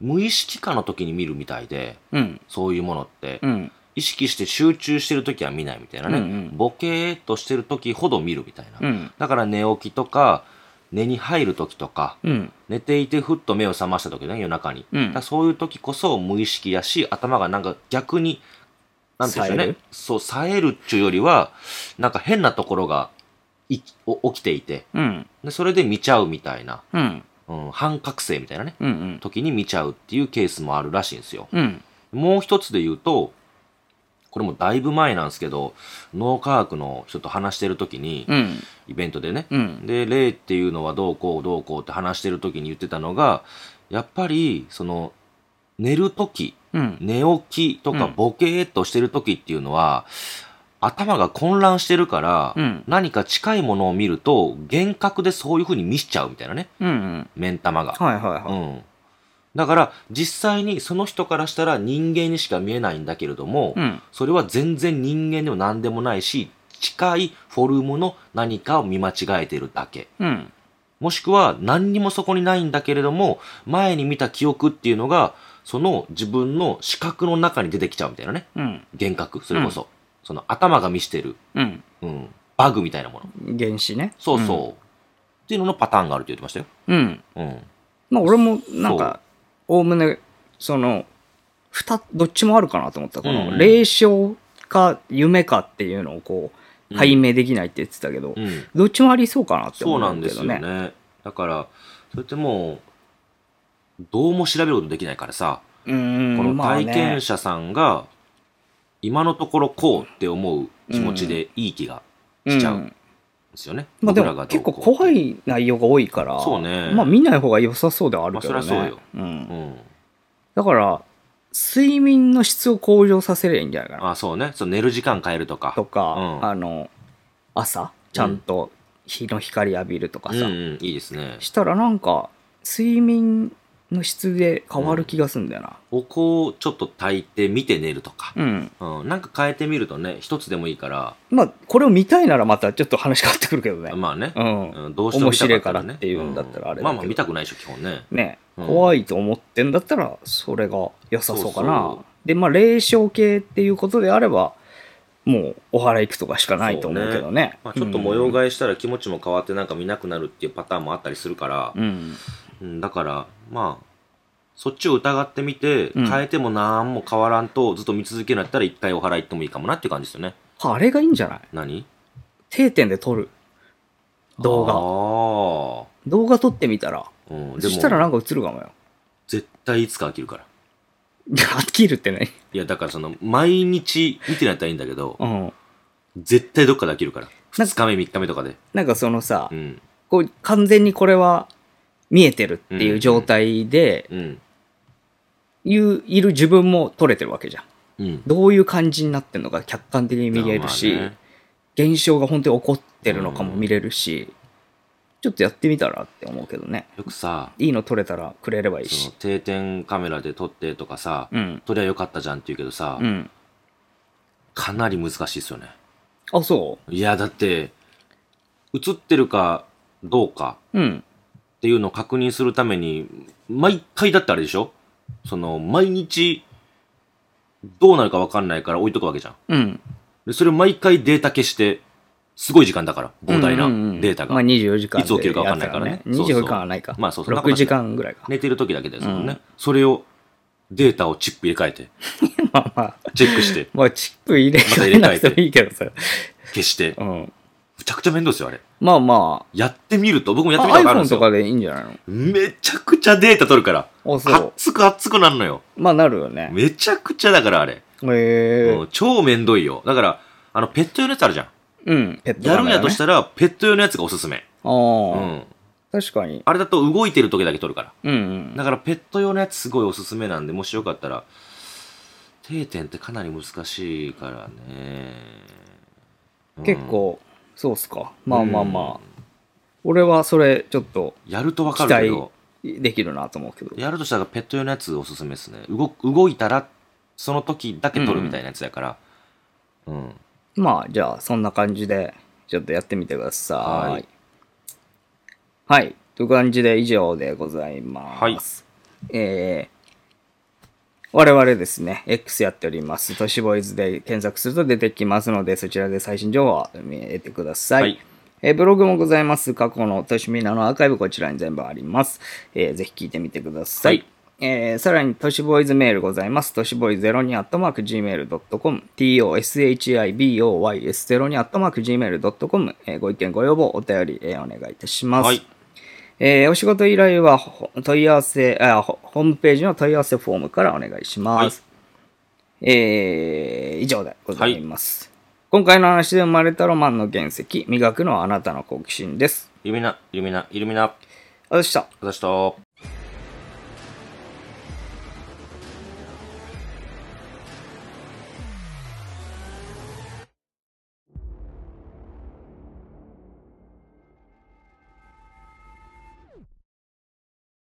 [SPEAKER 2] 無意識化の時に見るみたいで、
[SPEAKER 1] うん
[SPEAKER 2] そういうものって、
[SPEAKER 1] うん
[SPEAKER 2] 意識して集中してる時は見ないみたいなね、
[SPEAKER 1] うんうん
[SPEAKER 2] ボケーっとしてる時ほど見るみたいな。
[SPEAKER 1] うん
[SPEAKER 2] だから寝起きとか、寝に入る時とか、
[SPEAKER 1] うん
[SPEAKER 2] 寝ていてふっと目を覚ました時ね夜中に、
[SPEAKER 1] うん
[SPEAKER 2] だからそういう時こそ無意識やし頭がなんか逆になんていうんでしょう
[SPEAKER 1] 冴え
[SPEAKER 2] ね
[SPEAKER 1] る
[SPEAKER 2] そう冴えるっちゅうよりはなんか変なところがいお起きていて
[SPEAKER 1] うん
[SPEAKER 2] でそれで見ちゃうみたいな、
[SPEAKER 1] うん
[SPEAKER 2] うん、反覚醒みたいなね
[SPEAKER 1] うんうん
[SPEAKER 2] 時に見ちゃうっていうケースもあるらしいんですよ
[SPEAKER 1] うん
[SPEAKER 2] もう一つで言うとこれもだいぶ前なんですけど脳科学の人と話してる時に、
[SPEAKER 1] うん
[SPEAKER 2] イベントでね、
[SPEAKER 1] うん
[SPEAKER 2] で霊っていうのはどうこうどうこうって話してる時に言ってたのがやっぱりその寝る時
[SPEAKER 1] うん
[SPEAKER 2] 寝起きとか
[SPEAKER 1] うん
[SPEAKER 2] ボケーっとしてる時っていうのは、頭が混乱してるから、
[SPEAKER 1] うん
[SPEAKER 2] 何か近いものを見ると幻覚でそういう風に見しちゃうみたいなね
[SPEAKER 1] うんうん
[SPEAKER 2] 目ん玉が、
[SPEAKER 1] はいはいは
[SPEAKER 2] うん、だから実際にその人からしたら人間にしか見えないんだけれども、
[SPEAKER 1] いうん
[SPEAKER 2] それは全然人間でも何でもないし、近いフォルムの何かを見間違えてるだけ。
[SPEAKER 1] うん
[SPEAKER 2] もしくは何にもそこにないんだけれども、前に見た記憶っていうのが、その自分の視覚の中に出てきちゃうみたいなね。
[SPEAKER 1] うん
[SPEAKER 2] 幻覚それこそ。その頭が見してる、
[SPEAKER 1] うん
[SPEAKER 2] うん、バグみたいなもの。
[SPEAKER 1] 原子ね
[SPEAKER 2] そうそう。っていうののパターンがあるって言ってましたよ。
[SPEAKER 1] うん、うん、
[SPEAKER 2] うん。
[SPEAKER 1] まあ俺もなんかおおむねそのふたどっちもあるかなと思ったこ
[SPEAKER 2] うんう
[SPEAKER 1] の
[SPEAKER 2] ん
[SPEAKER 1] 霊障か夢かっていうのをこう
[SPEAKER 2] うん
[SPEAKER 1] 解明できないって言ってたけど、
[SPEAKER 2] うん。
[SPEAKER 1] どっちもありそうかなって
[SPEAKER 2] そ
[SPEAKER 1] 思
[SPEAKER 2] うな
[SPEAKER 1] うんんだ
[SPEAKER 2] で
[SPEAKER 1] け
[SPEAKER 2] す
[SPEAKER 1] ど
[SPEAKER 2] よ
[SPEAKER 1] ね
[SPEAKER 2] ね。だから、それってもう、どうも調べることできないからさ。
[SPEAKER 1] うーん
[SPEAKER 2] この
[SPEAKER 1] まあ
[SPEAKER 2] 体
[SPEAKER 1] ね
[SPEAKER 2] 験者さんが今のところこうって思う気持ちでいい気がしちゃうん
[SPEAKER 1] ん
[SPEAKER 2] ですよね。
[SPEAKER 1] まあで
[SPEAKER 2] 僕ら
[SPEAKER 1] も
[SPEAKER 2] が
[SPEAKER 1] 結
[SPEAKER 2] ど
[SPEAKER 1] 構
[SPEAKER 2] うこう
[SPEAKER 1] 怖い内容が多いから
[SPEAKER 2] そうね
[SPEAKER 1] まあ見ない方が良さそうではあるけどね、
[SPEAKER 2] まあそりゃそうよ
[SPEAKER 1] うん、
[SPEAKER 2] うん、
[SPEAKER 1] だから睡眠の質を向上させればいいんじゃないかな
[SPEAKER 2] あそうねそう寝る時間変えるとか
[SPEAKER 1] とか、
[SPEAKER 2] うん
[SPEAKER 1] あの朝ちゃんと日の光浴びるとか
[SPEAKER 2] う
[SPEAKER 1] さ、
[SPEAKER 2] んうん、いいですね
[SPEAKER 1] したらなんか睡眠の質で変わる気がすんだよな。
[SPEAKER 2] お香をちょっと炊いて見て寝るとか、
[SPEAKER 1] うん。
[SPEAKER 2] うん、なんか変えてみるとね一つでもいいから
[SPEAKER 1] まあ、これを見たいならまたちょっと話変わってくるけどね。
[SPEAKER 2] まあね、
[SPEAKER 1] うん
[SPEAKER 2] どうしても見たかった
[SPEAKER 1] 面白いから
[SPEAKER 2] らね
[SPEAKER 1] っていうんだったらあれだけど
[SPEAKER 2] まあまあ見たくないでしょ基本ね
[SPEAKER 1] ね、
[SPEAKER 2] うん
[SPEAKER 1] 怖いと思ってんだったら、それが良さそうかな。
[SPEAKER 2] そうそう
[SPEAKER 1] で、まあ、霊障系っていうことであれば、もう、お祓い行くとかしかないと思うけどね。
[SPEAKER 2] まあ、ちょっと模様替えしたら気持ちも変わってなんか見なくなるっていうパターンもあったりするから
[SPEAKER 1] う、ん。
[SPEAKER 2] うんだからまあそっちを疑ってみて、
[SPEAKER 1] うん
[SPEAKER 2] 変えても何も変わらんとずっと見続けるんだったら一回お祓い行ってもいいかもなっていう感じですよね
[SPEAKER 1] あれがいいんじゃない
[SPEAKER 2] 何
[SPEAKER 1] 定点で撮る。動画。
[SPEAKER 2] 画
[SPEAKER 1] 動画撮ってみたら、
[SPEAKER 2] ああ、うん、で
[SPEAKER 1] そしたら
[SPEAKER 2] も
[SPEAKER 1] なんか映るかもよ。 *laughs*
[SPEAKER 2] 絶対いつか飽きるから
[SPEAKER 1] いや飽きるってね。
[SPEAKER 2] いやだからその毎日見てなったらいいんだけど
[SPEAKER 1] うん。
[SPEAKER 2] 絶対どっかで飽きるから
[SPEAKER 1] なんか
[SPEAKER 2] 2日目3日目とかで
[SPEAKER 1] なんかそのさ、
[SPEAKER 2] うん
[SPEAKER 1] こう完全にこれは見えてるっていう状態で、
[SPEAKER 2] うん
[SPEAKER 1] いういる自分も撮れてるわけじゃん。
[SPEAKER 2] うん
[SPEAKER 1] どういう感じになってるのか客観的に見れるし、
[SPEAKER 2] まあまあね
[SPEAKER 1] 現象が本当に起こってるのかも見れるし、ちょっとやってみたらって思うけどね。
[SPEAKER 2] よくさ
[SPEAKER 1] いいの撮れたらくれればいい
[SPEAKER 2] その
[SPEAKER 1] し。
[SPEAKER 2] 定点カメラで撮ってとかさ、
[SPEAKER 1] うん。
[SPEAKER 2] 撮りゃよかったじゃんって言うけどさ、
[SPEAKER 1] うん。
[SPEAKER 2] かなり難しいですよね
[SPEAKER 1] あ、そ
[SPEAKER 2] いやだって映ってるかどうか
[SPEAKER 1] う。うん。
[SPEAKER 2] っていうのを確認するために毎回だってあれでしょその毎日どうなるか分かんないから置いとくわけじゃん
[SPEAKER 1] うん。
[SPEAKER 2] でそれを毎回データ消してすごい時間だから膨大なデータが、
[SPEAKER 1] まあ24時間
[SPEAKER 2] いつ起きるか分かんないからね
[SPEAKER 1] やった24時間はないか。
[SPEAKER 2] まあそうそう
[SPEAKER 1] 6時間ぐらいか。
[SPEAKER 2] 寝てる時だけですもんね、
[SPEAKER 1] うん
[SPEAKER 2] それをデータをチップ入れ替えて
[SPEAKER 1] まあまあ、
[SPEAKER 2] チェック
[SPEAKER 1] *laughs*
[SPEAKER 2] して
[SPEAKER 1] まあチップ入れ替えなくてもいいけどさ。
[SPEAKER 2] 消して
[SPEAKER 1] うん。
[SPEAKER 2] むちゃくちゃ面倒ですよあれ
[SPEAKER 1] まあまあ、
[SPEAKER 2] やってみると僕もやってみ
[SPEAKER 1] あ
[SPEAKER 2] たことあるん
[SPEAKER 1] iPhone
[SPEAKER 2] です
[SPEAKER 1] と
[SPEAKER 2] よ
[SPEAKER 1] かでいいんじゃないの
[SPEAKER 2] めちゃくちゃデータ取るから。
[SPEAKER 1] あ、そう。
[SPEAKER 2] 熱く熱くなんのよ。
[SPEAKER 1] まあなるよね。
[SPEAKER 2] めちゃくちゃだからあれ。
[SPEAKER 1] え
[SPEAKER 2] もう超めんどいよ。だから、あの、ペット用のやつあるじゃん。
[SPEAKER 1] うん。ペット
[SPEAKER 2] やるんやとしたたら、ペット用のやつがおすすめ。
[SPEAKER 1] あ
[SPEAKER 2] う
[SPEAKER 1] あ、
[SPEAKER 2] ん。
[SPEAKER 1] 確かに。
[SPEAKER 2] あれだと動いてる時だけ撮るから。
[SPEAKER 1] うんうん。
[SPEAKER 2] だから、ペット用のやつすごいおすすめなんで、もしよかったら、定点ってかなり難しいからね。うん
[SPEAKER 1] 結。構、そうっすか。まあまあまあ。俺はそれ、ちょっと、
[SPEAKER 2] やるとわか
[SPEAKER 1] 期
[SPEAKER 2] る
[SPEAKER 1] 待
[SPEAKER 2] けど、
[SPEAKER 1] できるなと思うけど。
[SPEAKER 2] やるとしたらペット用のやつおすすめですね。動く動いたら、その時だけ撮るみたいなやつやから。うん
[SPEAKER 1] まあ、じゃあ、そんな感じで、ちょっとやってみてください。は
[SPEAKER 2] はい
[SPEAKER 1] い。という感じで、以上でございます。えー我々ですね、X やっております。都市ボーイズで検索すると出てきますので、そちらで最新情報を見えてください。
[SPEAKER 2] はい
[SPEAKER 1] えーブログもございます。過去の都市ミナのアーカイブ、こちらに全部あります。えーぜひ聞いてみてください
[SPEAKER 2] はい
[SPEAKER 1] えーさらに、都市ボーイズメールございます。都市ボーイズ02アットマーク Gmail.com、toshiboys02 アットマーク Gmail.com、えーご意見、ご要望、お便り、えーお願いいたします。
[SPEAKER 2] はい
[SPEAKER 1] えーお仕事依頼は、ほ問い合わせあほ、ホームページの問い合わせフォームからお願いします。えー以上でございます。今回の話で生まれたロマンの原石、磨くのはあなたの好奇心です。
[SPEAKER 2] イルミナ、イルミナ、イルミナ、
[SPEAKER 1] ありがとうございました。
[SPEAKER 2] 私と。